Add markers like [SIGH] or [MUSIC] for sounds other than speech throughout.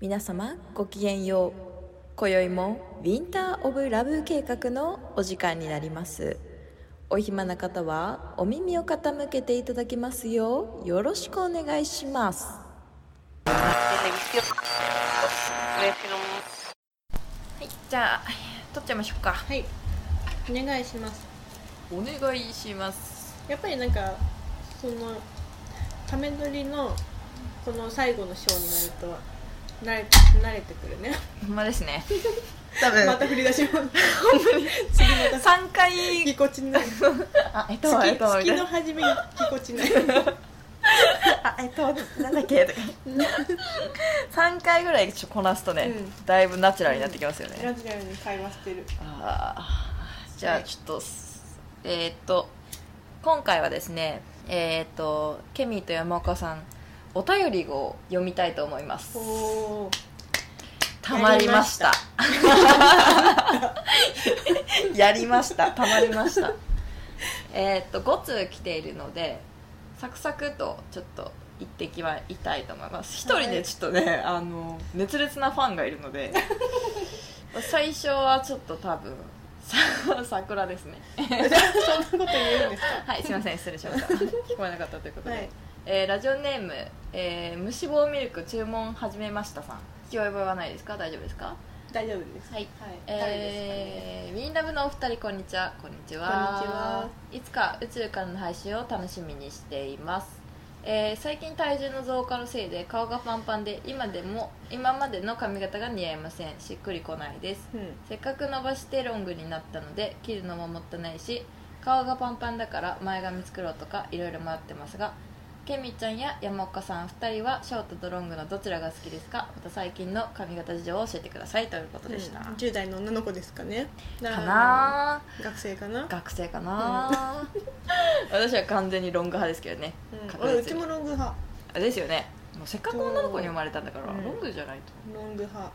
皆様ごきげんよう今宵もウィンター・オブ・ラブ計画のお時間になりますお暇な方はお耳を傾けていただきますようよろしくお願いします televisión. Voy a hacer un はいじゃあ撮っちゃいましょうかはいお願いしますお願いしますやっぱりなんかそのため撮りのこの最後のショーになると慣れ慣れてくるねほんまです [LAUGHS] ね多また振り出しも3回ぎこちないあえっ月月の初めにぎこちないあえっとなんだっけとか3回ぐらいちょっとこなすとね、うんだいぶナチュラルになってきますよね、ラジオに会話してるあーじゃあちょっとすえーっと今回はですねえーっとケミーと山岡さんお便りを読みたいと思いますおおたまりました [LAUGHS] やりましたたまりましたえーっと5通来ているのでサクサクとちょっと行ってきまいたいと思います一人はねいちょっとね、あの熱烈なファンがいるの [LAUGHS] で最初はちょっと多分さ [LAUGHS] 桜ですねそんなこと言うんですかはいすいません失礼しました [LAUGHS] 聞こえなかったということで、はいえーラジオネーム、えー、虫棒ミルク注文始めましたさん聞き覚えはないですか大丈夫ですか大丈夫ですはい誰ですかねえー、ウィンラブのお二人こんにちはこんにちはこんにちはいつか宇宙からの配信を楽しみにしています、えー最近体重の増加のせいで顔がパンパンで今でも今までの髪型が似合いませんしっくりこないですうんせっかく伸ばしてロングになったので切るのももったいないし顔がパンパンだから前髪作ろうとかいろいろ迷ってますがケミちゃんや山岡さん2人はショートとロングのどちらが好きですかまた最近の髪型事情を教えてくださいということでした、うん10代の女の子ですかねかな学生かなー学生かなー、 [LAUGHS] 私は完全にロング派ですけどねうん確俺うち実にもロング派あですよねもうせっかく女の子に生まれたんだから、そううんロングじゃないとロング派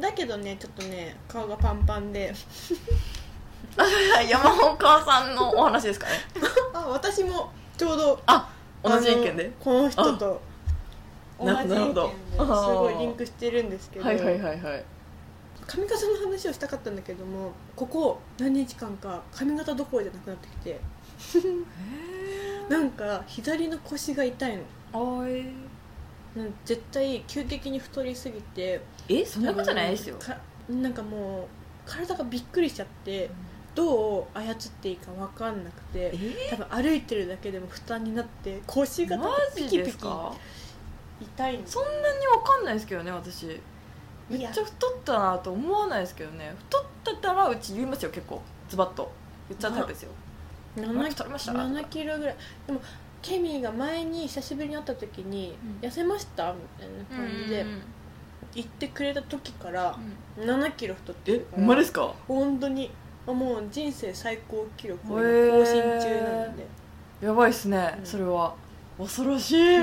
だけどねちょっとね顔がパンパンで [LAUGHS] 山岡さんのお話ですかねあ私もちょうど [LAUGHS] あ同じ意見あのでこの人とあ同じ意見なるほでどすごいリンクしてるんですけど、はいはいはいはい髪型の話をしたかったんだけどもここ何日間か髪型どころじゃなくなってきてなんか左の腰が痛いのおいなん絶対急激に太りすぎてえそんなことないですよかなんかもう体がびっくりしちゃってどう操っていいか分かんなくてえ多分歩いてるだけでも負担になって腰がマ多分ピジキでピすキか痛いんですそんなにわかんないですけどね私めいっやちゃ太ったなと思わないですけどね太ってたらうち言いますよ結構ズバッと言っちゃうタイプですよ7太りました7キロぐらいでもケミーが前に久しぶりに会った時に「うん痩せました?」みたいな感じで言ってくれた時から7キロ太ってえるかほんまらですか本当にあもう人生最高記録をへ今ー更新中なのでやばいっすねうんそれは恐ろし [LAUGHS] い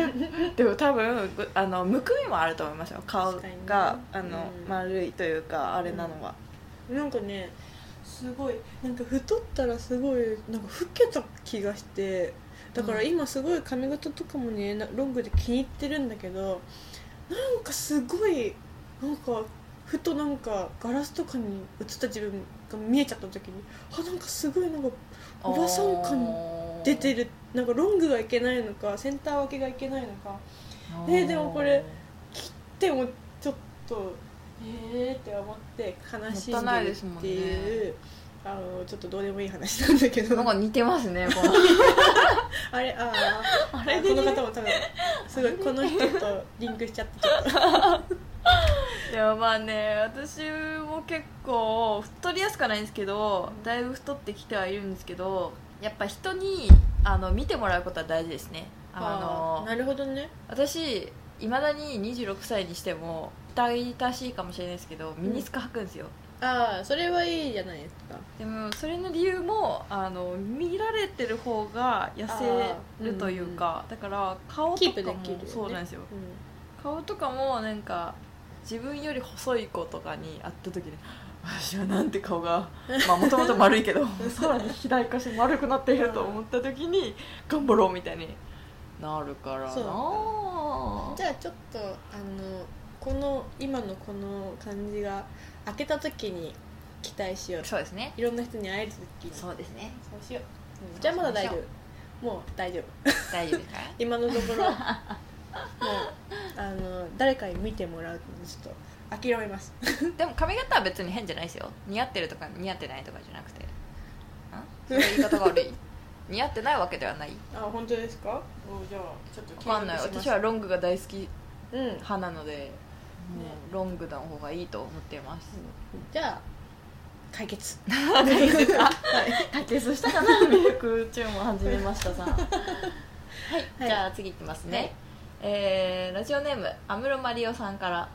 でも多分あのむくみもあると思いますよ顔確かにねがあのうん丸いというかあれなのはなんかねすごいなんか太ったらすごいなんか老けた気がしてだから今すごい髪型とかもねなロングで気に入ってるんだけどなんかすごいなんかふとなんかガラスとかに映った自分が見えちゃった時にあなんかすごいなんかおばさん感出てるるなんかロングがいけないのかセンター分けがいけないのかえでもこれでもちょっとえーって思って悲しんもったいないでるでっすもんてねいうあのちょっとどうでもいい話なんだけどなんか似てますねこのあれあーあれでねこの方も多分すごいこの人とリンクしちゃってちょっと [LAUGHS] い [LAUGHS] やまあね私も結構太りやすくはないんですけどだいぶ太ってきてはいるんですけどやっぱ人にあの見てもらうことは大事ですねあのなるほどね私いまだに26歳にしても痛々しいかもしれないですけどミニスカ履くんですよ、ああそれはいいじゃないですかでもそれの理由もあの見られてる方が痩せるというか、だから顔とキかープでも、きるよねそうなんですよう顔とかもなんか自分より細い子とかに会った時に私はなんて顔がまあもともと丸いけ [LAUGHS] どさらに肥大化して丸くなっていると思った時に頑張ろうみたいになるからなそうあんじゃあちょっとあのこの今のこの感じが開けた時に期待しようそうですねいろんな人に会える時にそうですねそうしよう、うんじゃあまだ大丈そう夫もう大丈夫大丈夫ですか今のとこ [LAUGHS] ろもうあの誰かに見てもらうのちょっと諦めます [LAUGHS] でも髪型は別に変じゃないですよ似合ってるとか似合ってないとかじゃなくてんそれ言い方が悪 [LAUGHS] い似合ってないわけではないあ本当ですかおじゃあちょっとわかんない私はロングが大好きうん派なので、もうロングの方がいいと思ってますじゃあ解 [LAUGHS] 決 [LAUGHS] 解決かはい解決したかなミルク注文始めましたさんはい、はいじゃあ次いきますね、はいえーラジオネーム安室マリオさんから、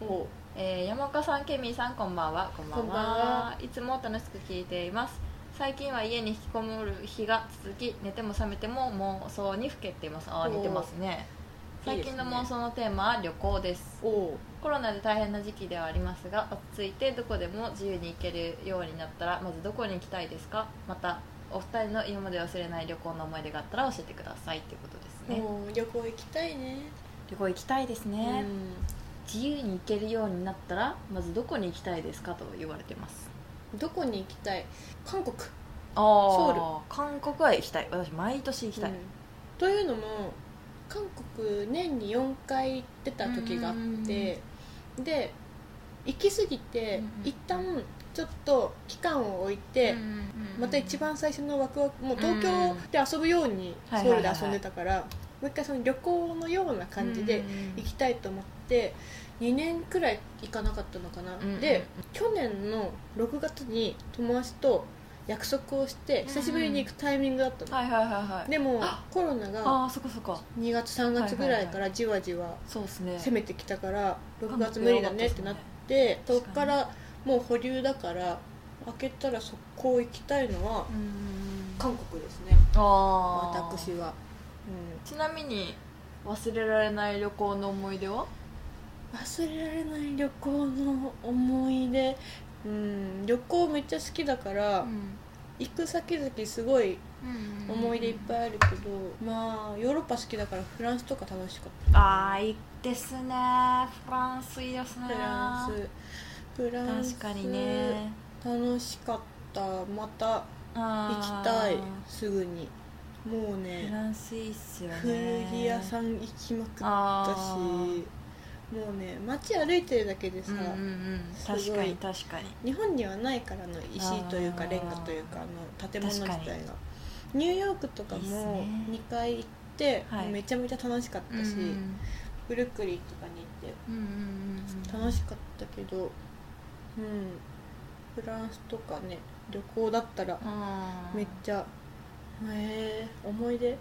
おえー山岡さんケミーさんこんばんはこんばんはこんばんはいつも楽しく聞いています最近は家に引きこもる日が続き寝ても覚めても妄想にふけっていますああおー似てますねいい最です近ねの妄想のテーマは旅行ですおコロナで大変な時期ではありますが落ち着いてどこでも自由に行けるようになったらまずどこに行きたいですかまたお二人の今まで忘れない旅行の思い出があったら教えてくださいってことですねもう旅行行きたいね旅行行きたいですうね、ん自由に行けるようになったらまずどこに行きたいですかと言われてますどこに行きたい韓国ああソウル韓国は行きたい私毎年行きたい、うんというのも韓国年に4回行ってた時があっうんてで行き過ぎて、うんうん一旦ちょっと期間を置いて、また一番最初のワクワクもう東京で遊ぶようにうんソウルで遊んでたから、もう一回その旅行のような感じで行きたいと思って2年くらい行かなかったのかな、うんうんで去年の6月に友達と約束をして久しぶりに行くタイミングだったの、はいはいはいはいでもあコロナがああそこそこ2月3月ぐらいからじわじわそうですね攻めてきたから6韓月国無理だねってなってそうそですねっからもう保留だから開けたら速攻行きたいのはうん韓国ですねああ私は、ちなみに忘れられない旅行の思い出はうん、忘れられない旅行の思い出うん旅行めっちゃ好きだから、行く先々すごい思い出いっぱいあるけど、まあヨーロッパ好きだからフランスとか楽しかったああいいですねフランスいいですねフランスフランス確かにね楽しかったまた行行きたいすぐにもうフねランスいいっすよね古着屋さんん行きまくったしあーもうね街歩いてるだけでさ、うんうんうんす確ごいかに確かに日本にはないからの石というかあーレンガというかあの建物自確か体がニューヨークとかいいっすもね2回行ってはいめちゃめちゃ楽しかったし、うんブルックリンとかに行ってうんうんうん楽しかったけどうんフランスとかね旅行だったらうんめっちゃへえ思い出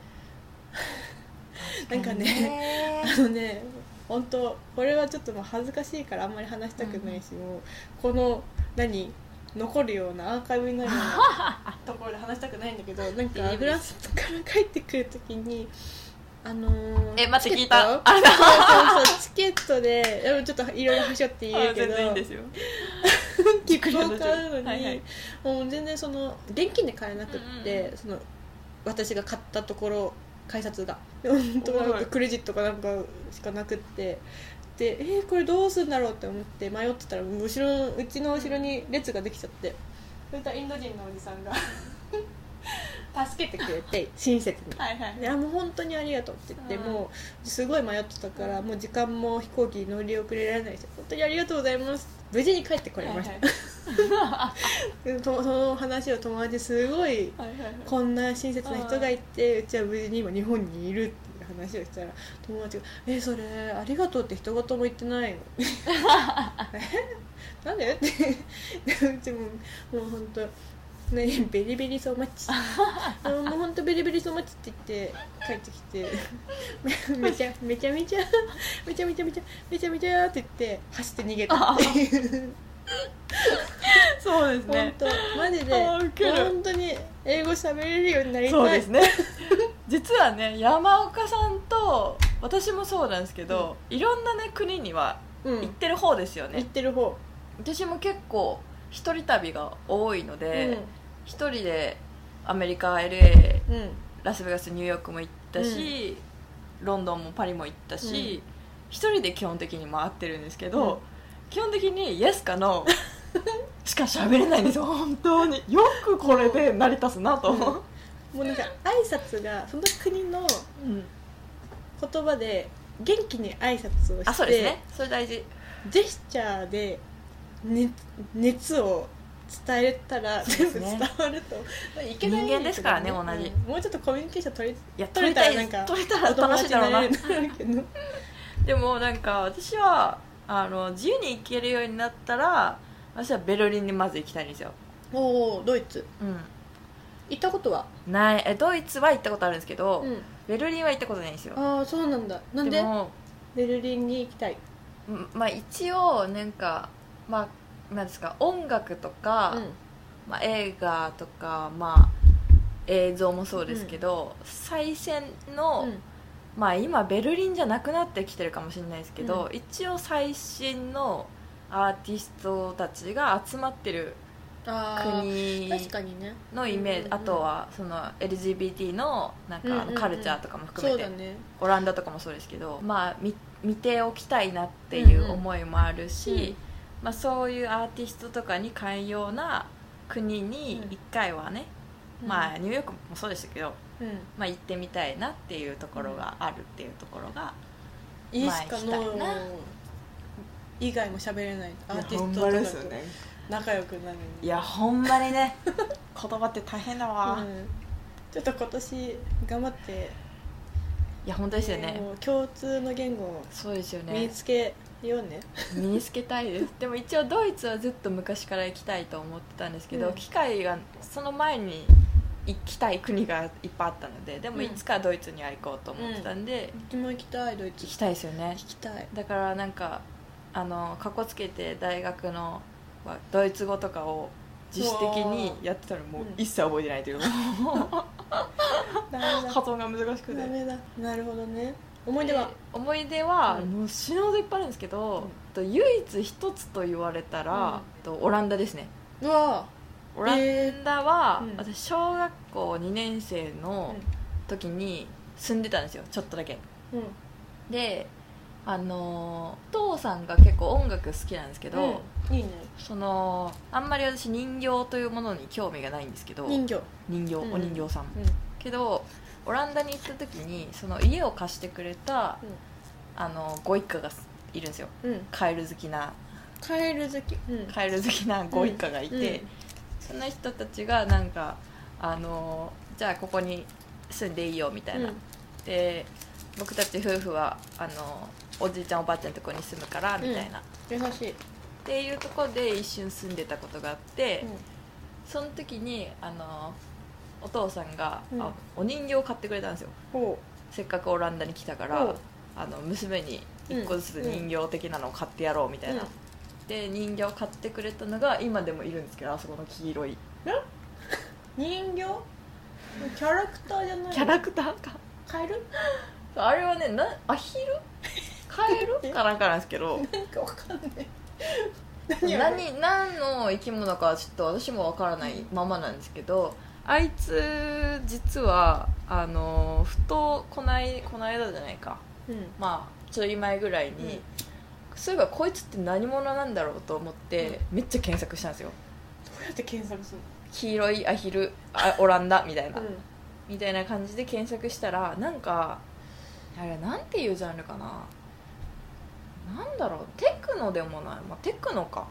なんか確ねあのね本当これはちょっともう恥ずかしいからあんまり話したくないし、もうこの何残るようなアーカイブになるようなところで話したくないんだけどなんかフランスから帰ってくるときにあのー、え待ってチケッ聞いトたそうそうそうチケットででもちょっといろいろはしょっねて [LAUGHS] 言うあけ全ど然いいんですよ切符を買うのに、はいはいもう全然その現金で買えなくって、うんうんその私が買ったところ改札が本当なんおいかクレジットかなんかしかなくってでえーこれどうすんだろうって思って迷ってたら後ろうちの後ろに列ができちゃってそれとインド人のおじさんが [LAUGHS] 助けてくれて親切に。はいはいであもう本当にありがとうって言っうて、んもうすごい迷ってたから、もう時間も飛行機乗り遅れられないし本当にありがとうございます無事に帰ってこれました、でとその話を友達にすごはいいはいはいこんな親切な人がいてうちは無事に今日本にいるっていう話をしたら友達が「えそれありがとうって一言も言ってないの」えなんで?」ってでうちももう本当何ベリベリソーマッチあのもう本当ベリベリソーマッチって言って帰ってきて [LAUGHS] めめちゃめちゃめちゃめちゃめちゃめちゃめちゃめちゃって言って走って逃げたっていう。そうです本ね当マジであーウケる本当に英語喋れるようになりたいそうですね [LAUGHS] 実はね山岡さんと私もそうなんですけど、いろんなね国にはうん行っ行てる方ですよねっ、てる方、私も結構一人旅が多いので一、人でアメリカ LA うんうんラスベガスニューヨークも行ったし、ロンドンもパリも行ったし、一人で基本的に回ってるんですけど、基本的にイエスかノ [LAUGHS] ーしか喋れないんですよ本当によくこれで成り立つなと思う、もうなんか挨拶がその国の言葉で元気に挨拶をしてあそうですねそれ大事ジェスチャーで、ね、熱を伝えたらそうで全す部伝ねわると、まあいけない人間ですからねけど同じうんもうちょっとコミュニケーション取りいや取取れれたたらいなんか取れたら楽しいだろうなお友達にれるんだろうけどでもなんか私はあの自由に行けるようになったら私はベルリンにまず行きたいんですよ、 [LAUGHS] おおドイツう行ったことは、ん、ないえドイツは行ったことあるんですけど、うん、ベルリンは行ったことないんですよああそうなんだなんででもベルリンに行きたい、うんまあ一応なんかまあなんですか音楽とか、まあ、映画とか、まあ、映像もそうですけど、最先の、うんまあ、今ベルリンじゃなくなってきてるかもしれないですけど、一応最新のアーティストたちが集まってるあ国ー確かにねのイメージ、うんうんうんあとはその LGBT のなんかあうんうのんうんカルチャーとかも含そめうて、だねオランダとかもそうですけど、まあ、見見ておきたいなっていんううん思いもあるし、うんまあ、そういうアーティストとかに寛容な国にうん1回はね、まあ、ニューヨークもそうでしたけど、うん、うんまあ、行ってみたいなっていうところがあるっていうところが、イエスかまあ行ノきたいなー以外も喋れないアーティストとかと仲良くなるいやほんまに [LAUGHS] ね言葉って大変だわ、ういん、ちょっと今年頑張ってや本当ですよね、もう共通の言語をそうですよ身にねつけようね身につけたいですでも一応ドイツはずっと昔から行きたいと思ってたんですけど、うん機会がその前に行きたい国がいっぱいあったのででうもんいつかドイツには行こうと思ってたんで、うちも行きたいドイツ行きたいですよね行きたいだからなんかあのかっこつけて大学のはドイツ語とかを自主的にやってたらもううん一切覚えてないというか、ダメだ発音が難しくてダメだなるほどね思い出はで思い出は、うんもう死ぬほどいっぱいあるんですけど、と唯一一つと言われたら、とオランダですねうわオランダは、えーうん私小学校2年生のうん時に住んでたんですよちょっとだけうんであのーお父さんが結構音楽好きなんですけど、うんいいねそのあんまり私人形というものに興味がないんですけど人形うん人形うんお人形さん、けどオランダに行った時にその家を貸してくれた、うんあのご一家がいるんですようんカエル好きなカエル好きうんカエル好きなご一家がいて、うんその人たちがなんかあのじゃあここに住んでいいよみたいな、うんで僕たち夫婦はあのおじいちゃんおばあちゃんのとこに住むからみたいな、っ優しいていうところで一瞬住んでたことがあって、うんその時にあのお父さんが、うんあお人形を買ってくれたんですよほせっかくオランダに来たかおらうあの娘に1個ずつ人形的なのを買ってやろうみたいな、うんで人形を買ってくれたのが今でもいるんですけどあそこの黄色いう人形キャラクターじゃないキャラクターかカエルあれはねなアヒル [LAUGHS] カエルかなんかなんですけどなんかわかんないあれ何何の生き物かはちょっと私もわからないままなんですけどあいつ実はあのふとこないこの間じゃないかうんまあちょい前ぐらいに、うんそういえばこいつって何者なんだろうと思って、めっちゃ検索したんですよどうやって検索する黄色いアヒルあオランダみたいな、の、うんみたいな感じで検索したらなんかあれなんていうジャンルかななんだろうテクノでもない、まあ、テクノか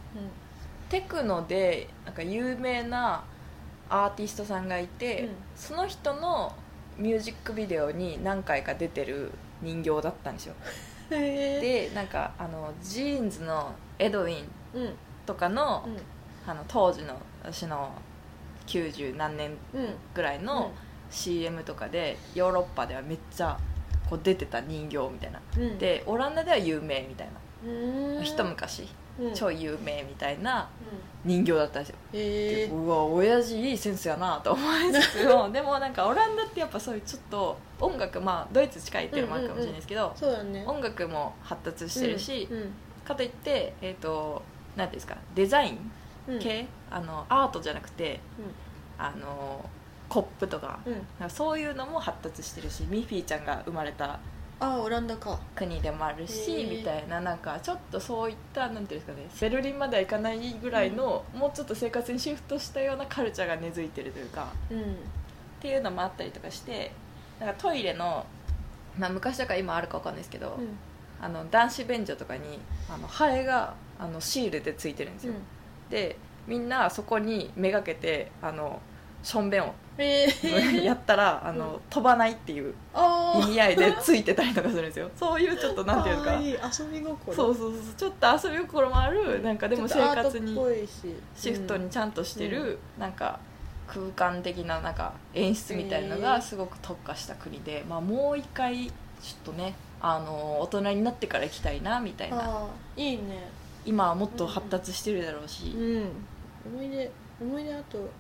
テクノでなんか有名なアーティストさんがいて、うんその人のミュージックビデオに何回か出てる人形だったんですよへえでなんかあのジーンズのエドウィンうんうんとかの,、あの当時の私の90何年うんぐらいの CM とかでヨーロッパではめっちゃこう出てた人形みたいなうんでオランダでは有名みたいな一も昔ちょい有名みたいなうん人形だったんですよへでえうわ親父いいセンスやなと思いつつ [LAUGHS] もでもなんかオランダってやっぱそういうちょっと音楽まあドイツ近いっていうのもあるかもしれないですけど、そうだね音楽も発達してるし、うんかといって、えー、となんていうんですかデザインうん系、あのアートじゃなくて、うんあのコップとかうんなんかそういうのも発達してるしミッフィーちゃんが生まれたあオランダか国でもあるし、へーみたいななんかちょっとそういったなんていうんですかねベルリンまでは行かないぐらいの、もうちょっと生活にシフトしたようなカルチャーが根付いてるというかうんっていうのもあったりとかしてなんかトイレの、まあ、昔だから今あるかわかんないですけど、うんあの男子便所とかにあのハエがあのシールでついてるんですうよ、んでみんなそこにめがけてあのしょんべんを [LAUGHS] えー、やったらあの、う飛ばないっていうあ意ー味合いでついてたりとかするんです [LAUGHS] よそういうちょっとなんていうかかわいい遊び心そうそうそうちょっと遊び心もあるなんかでも生活ちょっにとアートっぽいしシフトにちゃんとしてうるなんか空間的ななんか演出みたいのへがーすごく特化した国で、まあ、もう一回ちょっとねあの大人になってから行きたいなみたいうんなあーいいね今はもっと発達してるだろうし、うん思い出思い出あとう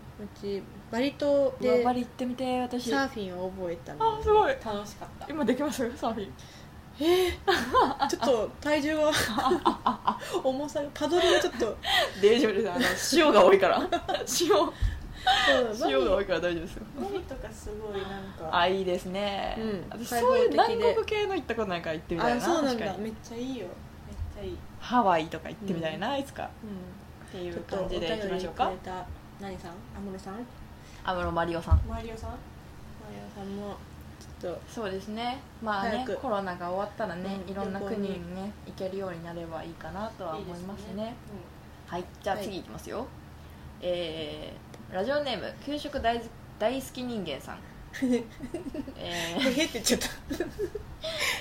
ちバリ島うわでバリ行ってみて私サーフィンを覚えたのあすごい楽しかった今できますサーフィンえー、ちょっと体重が [LAUGHS] 重さがパドルがちょっと大丈夫ですあの塩が多いから [LAUGHS] [LAUGHS] 塩 [LAUGHS] 塩がバ多いから大丈夫ですよリとかすごいなんかあいいですね、うん私開そういう放的南で国系の行ったことないから行ってみたいなそうなん確だかにめっちゃいいよめっちゃいい、うん、っハワイとか行ってみたいな、いつかっていていうう感感じじででいいききままししょょううかか何さん安室さん安室マリオさんマリオさんマリオさんもちょっとそうですねまあね早くコロナが終わったらね、うんいろんな旅行国ににね行けるようになればいいかなとは思いますねはいじゃあはい次いきますよ、えーラジオネーム給食大好大好き人間 [LAUGHS] さん、いいですねえうんへへって言っちゃったー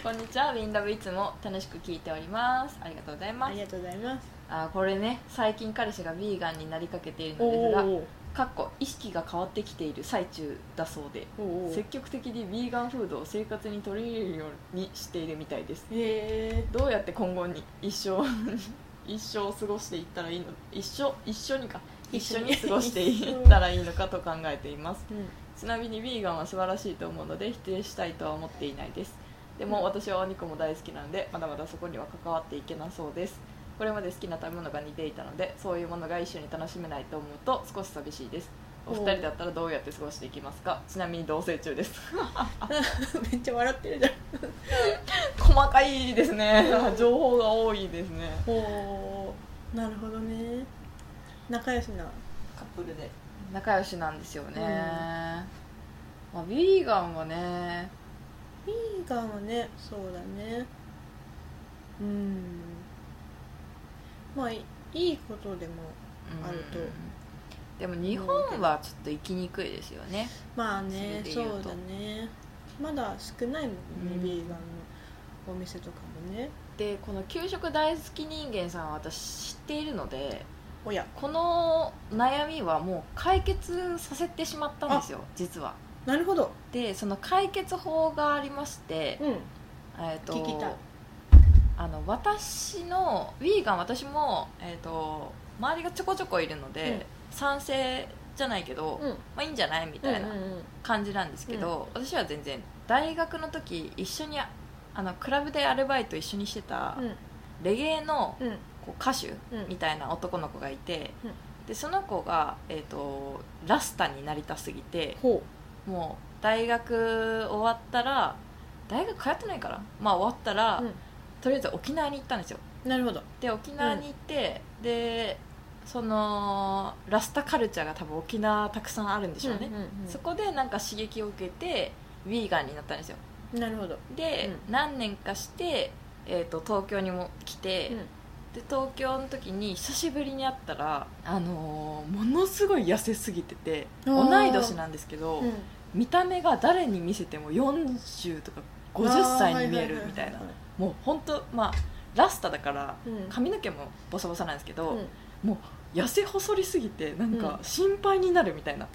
こんにちはウィンラブいつも楽しく聞いておりますありがとうございまあすりがとうございますあーこれね最近彼氏がヴィーガンになりかけているのですがおかっこ意識が変わってきている最中だそうでお積極的にヴィーガンフードを生活に取り入れるようにしているみたいですへえどうやって今後に一生 [LAUGHS] 一生過ごしていったらいいの一緒一緒にか一一緒緒にに過ごしていったらいいのかと考えていますうん [LAUGHS] ちなみにヴィーガンは素晴らしいと思うので否定したいとは思っていないですでも私はお肉も大好きなのでまだまだそこには関わっていけなそうですこれまで好きな食べ物が似ていたのでそういうものが一緒に楽しめないと思うと少し寂しいですお二人だったらどうやって過ごしていきますかちなみに同棲中です [LAUGHS] めっちゃ笑ってるじゃん細かいですね [LAUGHS] 情報が多いですねおおなるほどね仲良しなカップルで仲良しなんですよね、まあ、ヴィーガンはねヴィーガンはねそうだねうんまあいいいことでもうんあるとでも日本はちょっと行きにくいですよねまあねそそれうで言うとだねまだ少ないもんね、うんヴィーガンのお店とかもねでこの給食大好き人間さんは私知っているのでおやこの悩みはもう解決させてしまったんですよ実はなるほどでその解決法がありまして、うんえー、と聞きたいあの私のヴィーガン私も、えー、と周りがちょこちょこいるので、賛成じゃないけど、うんまあ、いいんじゃないみたいなうんうんうん感じなんですけど、私は全然大学の時一緒にああのクラブでアルバイト一緒にしてた、レゲエのうんこう歌手うんうんみたいな男の子がいて、うんでその子が、えー、とラスタになりたすぎて、ほもう大学終わったら大学通ってないからまあ終わったら、うんとりあえず沖縄に行ったんですようなるほどで沖縄に行って、でそのラスタカルチャーが多分沖縄たくさんあるんでしょうね、んんうんそこでなんか刺激を受けてヴィーガンになったんですよなるほどで、何年かして、えー、と東京にも来て、うんで東京の時に久しぶりに会ったら、あのーものすごい痩せすぎててあ同ーい年なんですけど、うん見た目が誰に見せても40とか50歳に見えるみたいなあーははははもう本当まあラスタだからうん髪の毛もボサボサなんですけど、うん痩せ細りすぎてなんうかん心配になるみたいな、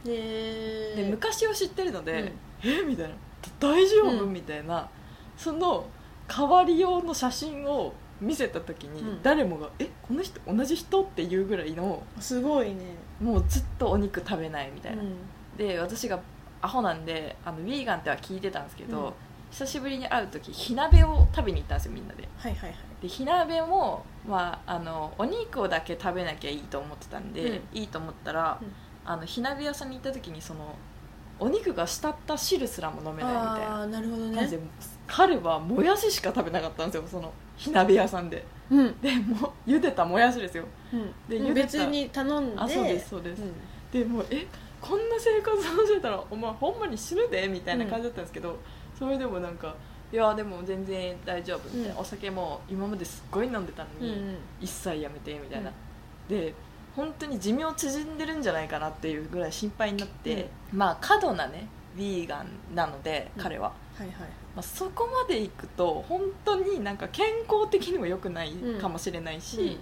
でで昔を知ってるので、うんえみたいな大丈夫、うんみたいなその変わり用の写真を見せた時に、うん誰もが「えこの人同じ人?」っていうぐらいのすごいねもうずっとお肉食べないみたいな。うんで私がアホなんであのヴィーガンっては聞いてたんですけど、うん久しぶりに会う時火鍋を食べに行ったんですよみんなではいはいはいで火鍋も、まあ、あのお肉をだけ食べなきゃいいと思ってたんで、いいと思ったら、うんあの火鍋屋さんに行った時にそのお肉が滴った汁すらも飲めないみたいあなあなるほど感じでね彼はもやししか食べなかったんですよその火鍋屋さんでうん、うんでもう茹でたもやしですよでゆでた別に頼んであそうですそうです、でもうえこんな生活をしてたらお前ほんまに死ぬでみたいな感じだったんですけど、それでもなんかいやでも全然大丈夫みたいな、うんお酒も今まですっごい飲んでたのうんに、一切やめてみたいな、で本当に寿命縮んでるんじゃないかなっていうぐらい心配になって、まあ過度なねヴィーガンなのでうん彼は、はいはいまあ、そこまでいくと本当になんか健康的にも良くないうんかもしれないし、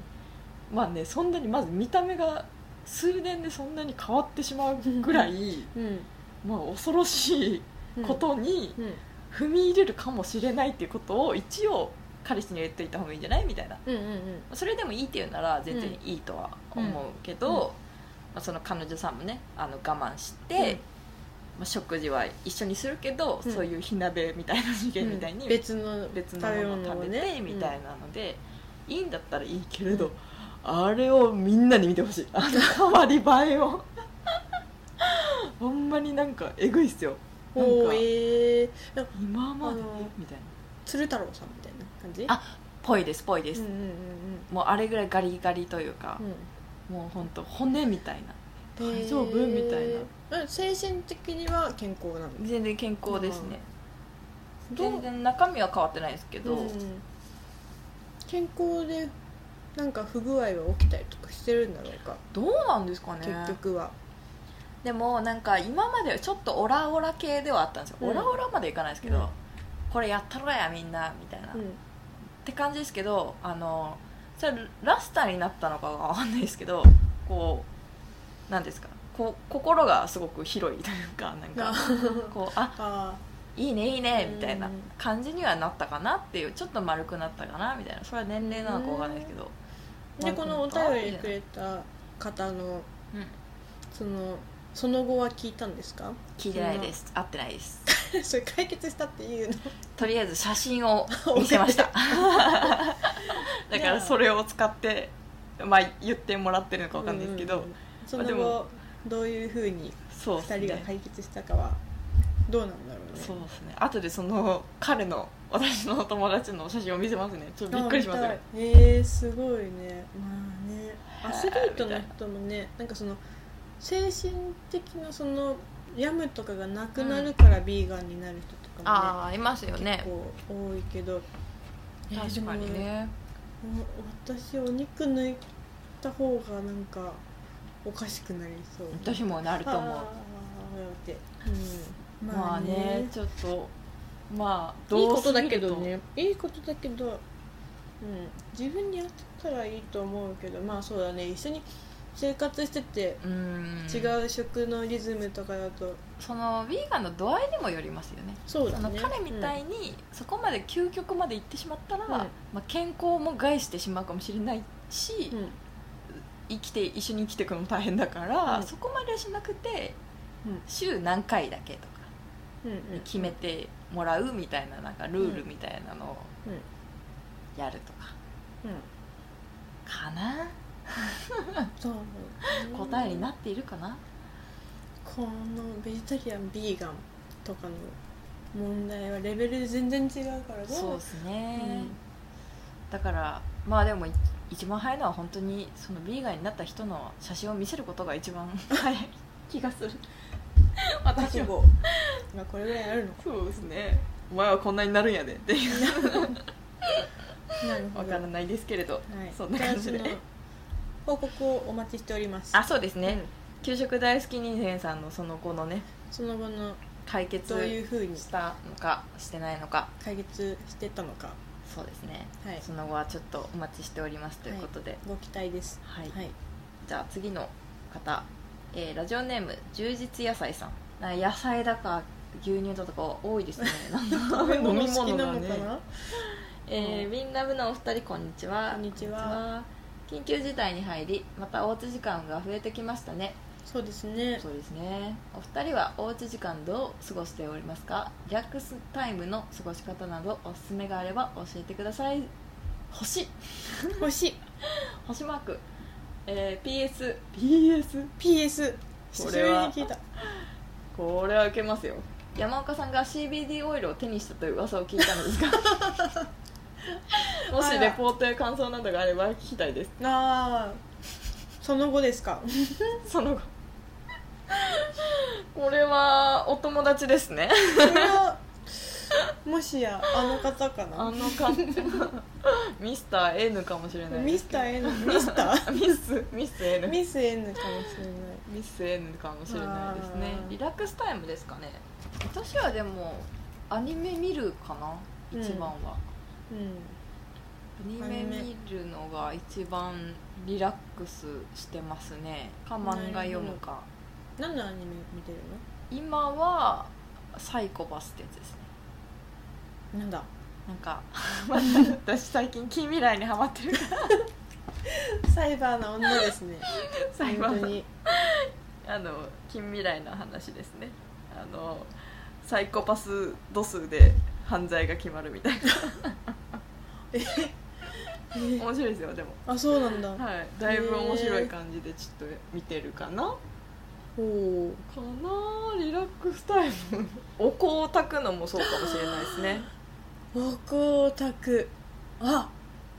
まあねそんなにまず見た目が数年でそんなに変わってしまうぐらい、うんまあ、恐ろしいうんことにうん踏み入れるかもしれないっていうことを一応彼氏には言っといた方がいいんじゃないみたいなうんうんそれでもいいっていうなら全然いいとは思うけど、うんうんまあ、その彼女さんもねあの我慢して、まあ、食事は一緒にするけど、うんそういう火鍋みたいな事う件んみたいに別の別のものを食べ食べて物をねみたいなので、いいんだったらいいけれど、あれをみんなに見てほしいあ [LAUGHS] の変わり映えを [LAUGHS] ほんまになんかえぐいっすよなんかおーえー、今まであのみたいな鶴太郎さんみたいな感じあぽいですぽいでうんうんうんもうあれぐらいガリガリというかう、んもう本当骨みたいなうん大丈夫へーみたいなうん精神的には健康なの全然健康ですね、どう全然中身は変わってないですけど、うん健康でなんか不具合は起きたりとかしてるんだろうか、どうなんですかね結局はでもなんか今まではちょっとオラオラ系ではあったんですよ、うんオラオラまでいかないですけど、うんこれやったろやみんなみたいな、うっんて感じですけどあのそれラスターになったのかわかんないですけどこうなんですかこう心がすごく広いというかなんかこうああいいねいいねみたいなうん感じにはなったかなっていうちょっと丸くなったかなみたいなそれは年齢なのかわかんないですけど、ーでこのお便りくれた方のうん、そのその後は聞いたんです [LAUGHS] か聞いてないです合ってないですそれ解決したっていうのとりあえず写真 [LAUGHS] を見せましただからそれを使って、まあ、言ってもらってるのかわかんないですけど、うんうんうんそのまあで後もどういうふうにそうです2人がね解決したかはどうなんだろうねそうですね後でその彼の私の友達の写真を見せますねちょっとびっくりしますよあ見たいえー、すごいねまあねアスリートの人もねなんかその精神的なその病むとかがなくなるからビーガンになる人とかああいますよもね、ね結構多いけどえー確かにでもねお私お肉抜いた方がなんかおかしくなりそう私もなると思うあーって、うん、まあねちょっとまあいいどうことだすぎけるどねいいことだけど、うん、自分にやったらいいと思うけどまあそうだね一緒に生活しててうーん違う食のリズムとかだと、そのヴィーガンの度合いにもよりますよねそうだそのね彼みたいにそこまで究極まで行ってしまったら、まあ、健康も害してしまうかもしれないし、うん、うん生きて一緒に生きていくのも大変だから、うんそこまではしなくて、うん週何回だけとかうんうん、決めてもらうみたいななんかルールみたいなのをやるとかうん、うん、かな、そう答えになっているかな、このベジタリアンビーガンとかの問題はレベル全然違うからねそうですね、うんだからまあでもい一番早いのは本当にそのビーガンになった人の写真を見せることが一番早い気がする私覚も悟がこれぐらいあるのそうですねお前はこんなになるんやでっていうなるほわどから [LAUGHS] ないですけれど、はい、そんな感じでじゃあその報告をお待ちしておりますあそうですね、うん給食大好き人間さんのその後のねその後の解決どういうふうにしたのかしてないのか解決してったのか、そうですねはい、その後はちょっとお待ちしておりますということで、ご期待です。はいはい、じゃあ次の方、えーラジオネーム充実野菜さんあ野菜だか牛乳だとか多いですね [LAUGHS] なんだ飲み好き物なのがかねな？えー、ウィンラブのお二人こんにちはこんにちはこんにちは緊急事態に入りまたおうち時間が増えてきましたねそうですね。そうですねお二人はおうち時間どう過ごしておりますかリラックスタイムの過ごし方などおすすめがあれば教えてください星欲しい。星マーク、えー、PS PS P.S. こ久しぶれりには聞いた。これは受けますよ山岡さんが CBD オイルを手にしたという噂を聞いたのですが [LAUGHS] もあしらレポートや感想などがあれば聞きたいですああその後ですかその後これはお友達ですねそれはもしやあの方かあなの感じ [LAUGHS] ミスター N かもしれないミスタ [LAUGHS] ー N ミスターミスミス N ーミミス N かもしれないス N かもしれないですねあーリラックスタイムですかね私はでもアニメ見るかなうん一番は、うんアニメ見るのが一番リラックスしてますねか漫画読むか何のアニメ見てる今はサイコパスってやつですねのなんだなんか [LAUGHS] 私最近近未来にハマってるからサイバーな女ですねサイ本バ当ーにあの近未来の話ですねあのサイコパス度数で犯罪が決まるみ [LAUGHS] たいな面白いですよでも、あそうなんだはい、だいぶ面白い感じでちょっと見てるかなおおかなリラックスタイムお香を炊くのもそうかもしれないですねお香たくあ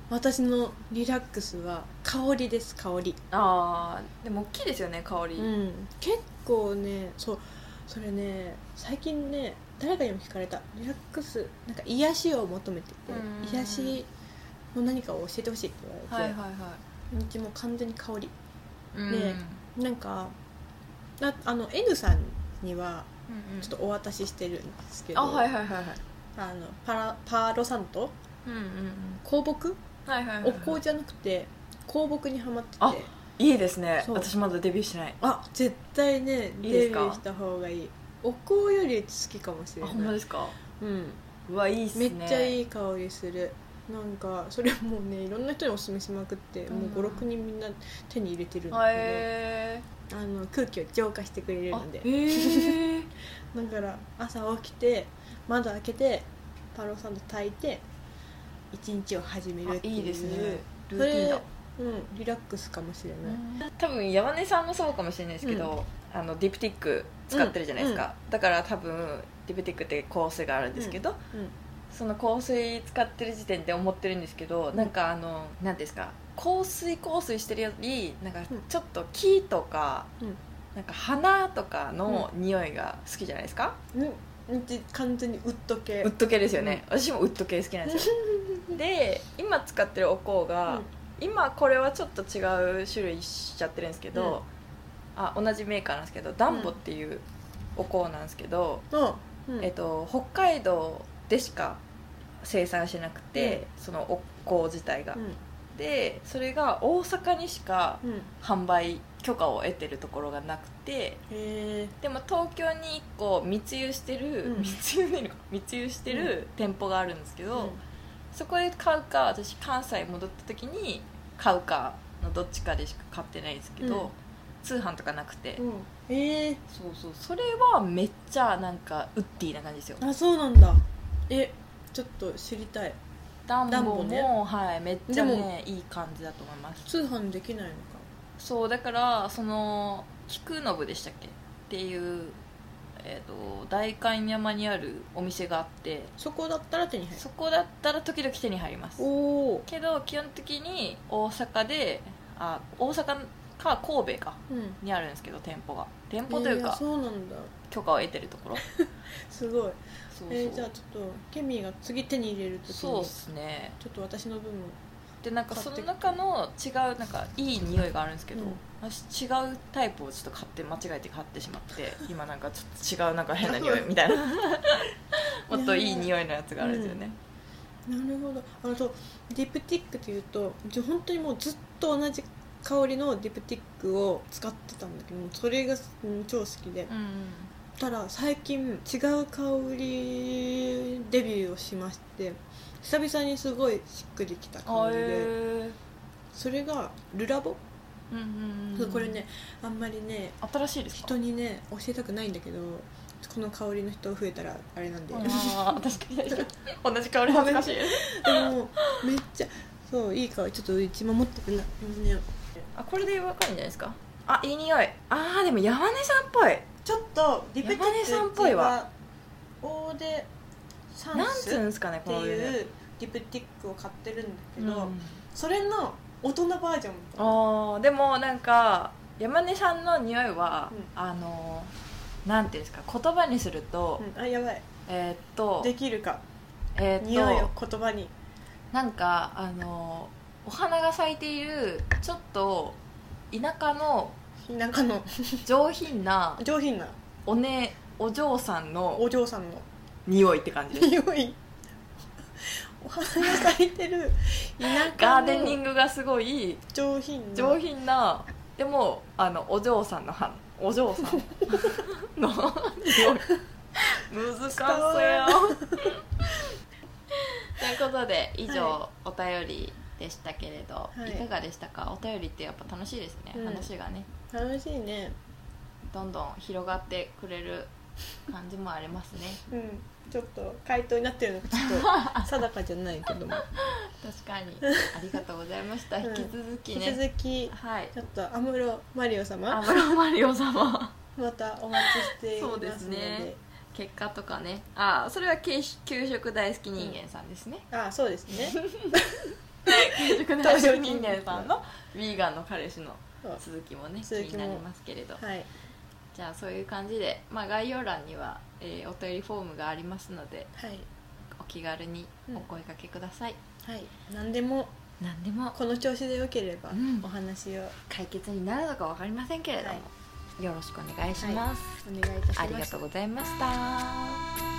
私のリラックスは香りです香りあーでも大きいですよね香り、うん結構ねそうそれね最近ね誰かにも聞かれたリラックスなんか癒しを求めててうん癒しの何かを教えてほしいって言われて、はいはいはうちもう完全に香い、りうんねなんかなあの N さんにはうんうんちょっとお渡ししてるんですけど、あはいはいはいはいあのパラパーロサントうんうんうん香木はいはいはい、はい、お香じゃなくて香木にはまっててあいいですねそう私まだデビューしてないあ絶対ねいデいビですュかーした方がいいお香より好きかもしれあないほんまですかうん、うわいいっすめねっちゃいいい香りするなんかそれもうねいろんな人におすすめしまくって、もううん56人みんな手に入れてるんだけへど、あの空気を浄化してくれるえあのでへえだから朝起きて窓開けてパロサンド炊いて一日を始めるっていういいですねルそーティンだれ、うん、リラックスかもしれない、多分山根さんもそうかもしれないですけど、あのディプティック使ってるじゃないですか、だから多分ディプティックって香水があるんですけど、うんうんその香水使ってる時点で思ってるんですけど、なんかあの何ですか香水香水してるよりなんかうんちょっと木とか、うんなんか花とかの匂いが好きじゃないですか、うんうち完全にウッド系ウッド系ですよね、私もウッド系好きなん [LAUGHS] ですよで今使ってるお香が、うん今これはちょっと違う種類しちゃってるんですけど、あ同じメーカーなんですけどダンボっていうお香なんですけど、うんうんえっと、北海道でしか生産しなくて、そのお香自体が、でそれが大阪にしかうんうんへ販売許可を得てるところがなくてえでも東京に1個密輸してる、うん密輸でいいのか密輸してる店舗があるんですけど、そこで買うか私関西戻った時に買うかのどっちかでしか買ってないんですけど、うん通販とかなくて、うんええそうそうそれはめっちゃなんかウッディな感じですよあそうなんだえちょっと知りたいダンボダンもボねはい、めっちゃでねもいい感じだと思います通販できないのかそうだからその菊信でしたっけっていう、えー、と代官山にあるお店があってそこだったら手に入るそこだったら時々手に入りますおおけど基本的に大阪であ大阪か神戸かうんにあるんですけど店舗が店舗というえーかそうなんだ許可を得てるところすごいそうそうえーじゃあちょっとケミーが次手に入れる時にちそうょっすねっと私の分もでなんかその中の違うなんかいい匂いがあるんですけど、うん私違うタイプをちょっと買って間違えて買ってしまって今なんかちょっと違うなんか変な匂いみたいな [LAUGHS] もっといい匂いのやつがあるんですよね、なるほどあのそうディプティックっていうとじゃ本当にもうずっと同じ香りのディプティックを使ってたんだけどもうそれが、うん超好きでうんただ最近違う香りデビューをしまして久々にすごいしっくりきたあ香りでえそれがルラボ、ーうんうんそうんうこれねあんまりね新しいですか人にね教えたくないんだけどこの香りの人増えたらあれなんで、でああ確かに確かに同じ香り恥ずかしいもめっちゃそういい香りちょっとうちも持ってるなでもねあこれでわかるんじゃないですかあいい匂いあーでも山根さんっぽいちょっとリペティ山根ブさんっぽいわオーデサンなんつスうんっですかねてこのいうリプティックを買ってるんだけど、うんそれの大人バージョンあーでもなんか山根さんの匂いは、あのなんていうんですか言葉にすると、うんあやばいえーっとできるかえーっと匂いを言葉になんかあのお花が咲いているちょっと田舎のなんかの上品な上品なおねお嬢さんのお嬢さんの匂いって感じです匂いお花が咲いてるガ田舎ーデニのングがすごい上品な上品なでもあのお嬢さんの花お嬢 [LAUGHS] さんの匂い難しそう伝わ [LAUGHS] らんということで以上、はお便りでしたけれど、はいい、かがでしたかお便りってやっぱ楽しいですね、うん話がね楽しいねどんどん広がってくれる感じもありますねうんちょっと回答になってるのがちょっと [LAUGHS] 定かじゃないけども確か [LAUGHS] にありがとうございました、うん引き続き引ねき続きはいちょっと安室マリオア様ブロマリオ様またお待ちしていますのそうでですね結果とかねああそれは給食給食大好き人間さんですね、あそうですね [LAUGHS] 給食大好き人間 [LAUGHS] さんのヴィーガンの彼氏のそう続きもね気続きにもなりますけれど、はいじゃあそういう感じで、まあ、概要欄には、えーお便りフォームがありますのではいお気軽にお声かけください、はい何でも何でもこの調子でよければうんお話を解決になるのか分かりませんけれども、はよろしくお願いします、お願いいたしますありがとうございました